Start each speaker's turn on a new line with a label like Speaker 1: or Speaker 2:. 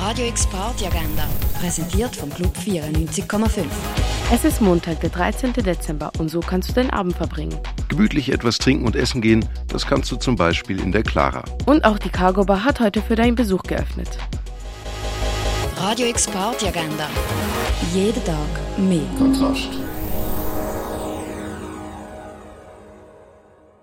Speaker 1: Radio X Party Agenda, präsentiert vom Club 94,5.
Speaker 2: Es ist Montag, der 13. Dezember und so kannst du den Abend verbringen.
Speaker 3: Gemütlich etwas trinken und essen gehen, das kannst du zum Beispiel in der Clara.
Speaker 2: Und auch die Cargo Bar hat heute für deinen Besuch geöffnet.
Speaker 1: Radio X Party Agenda. Jeden Tag mehr.
Speaker 4: Kontrast.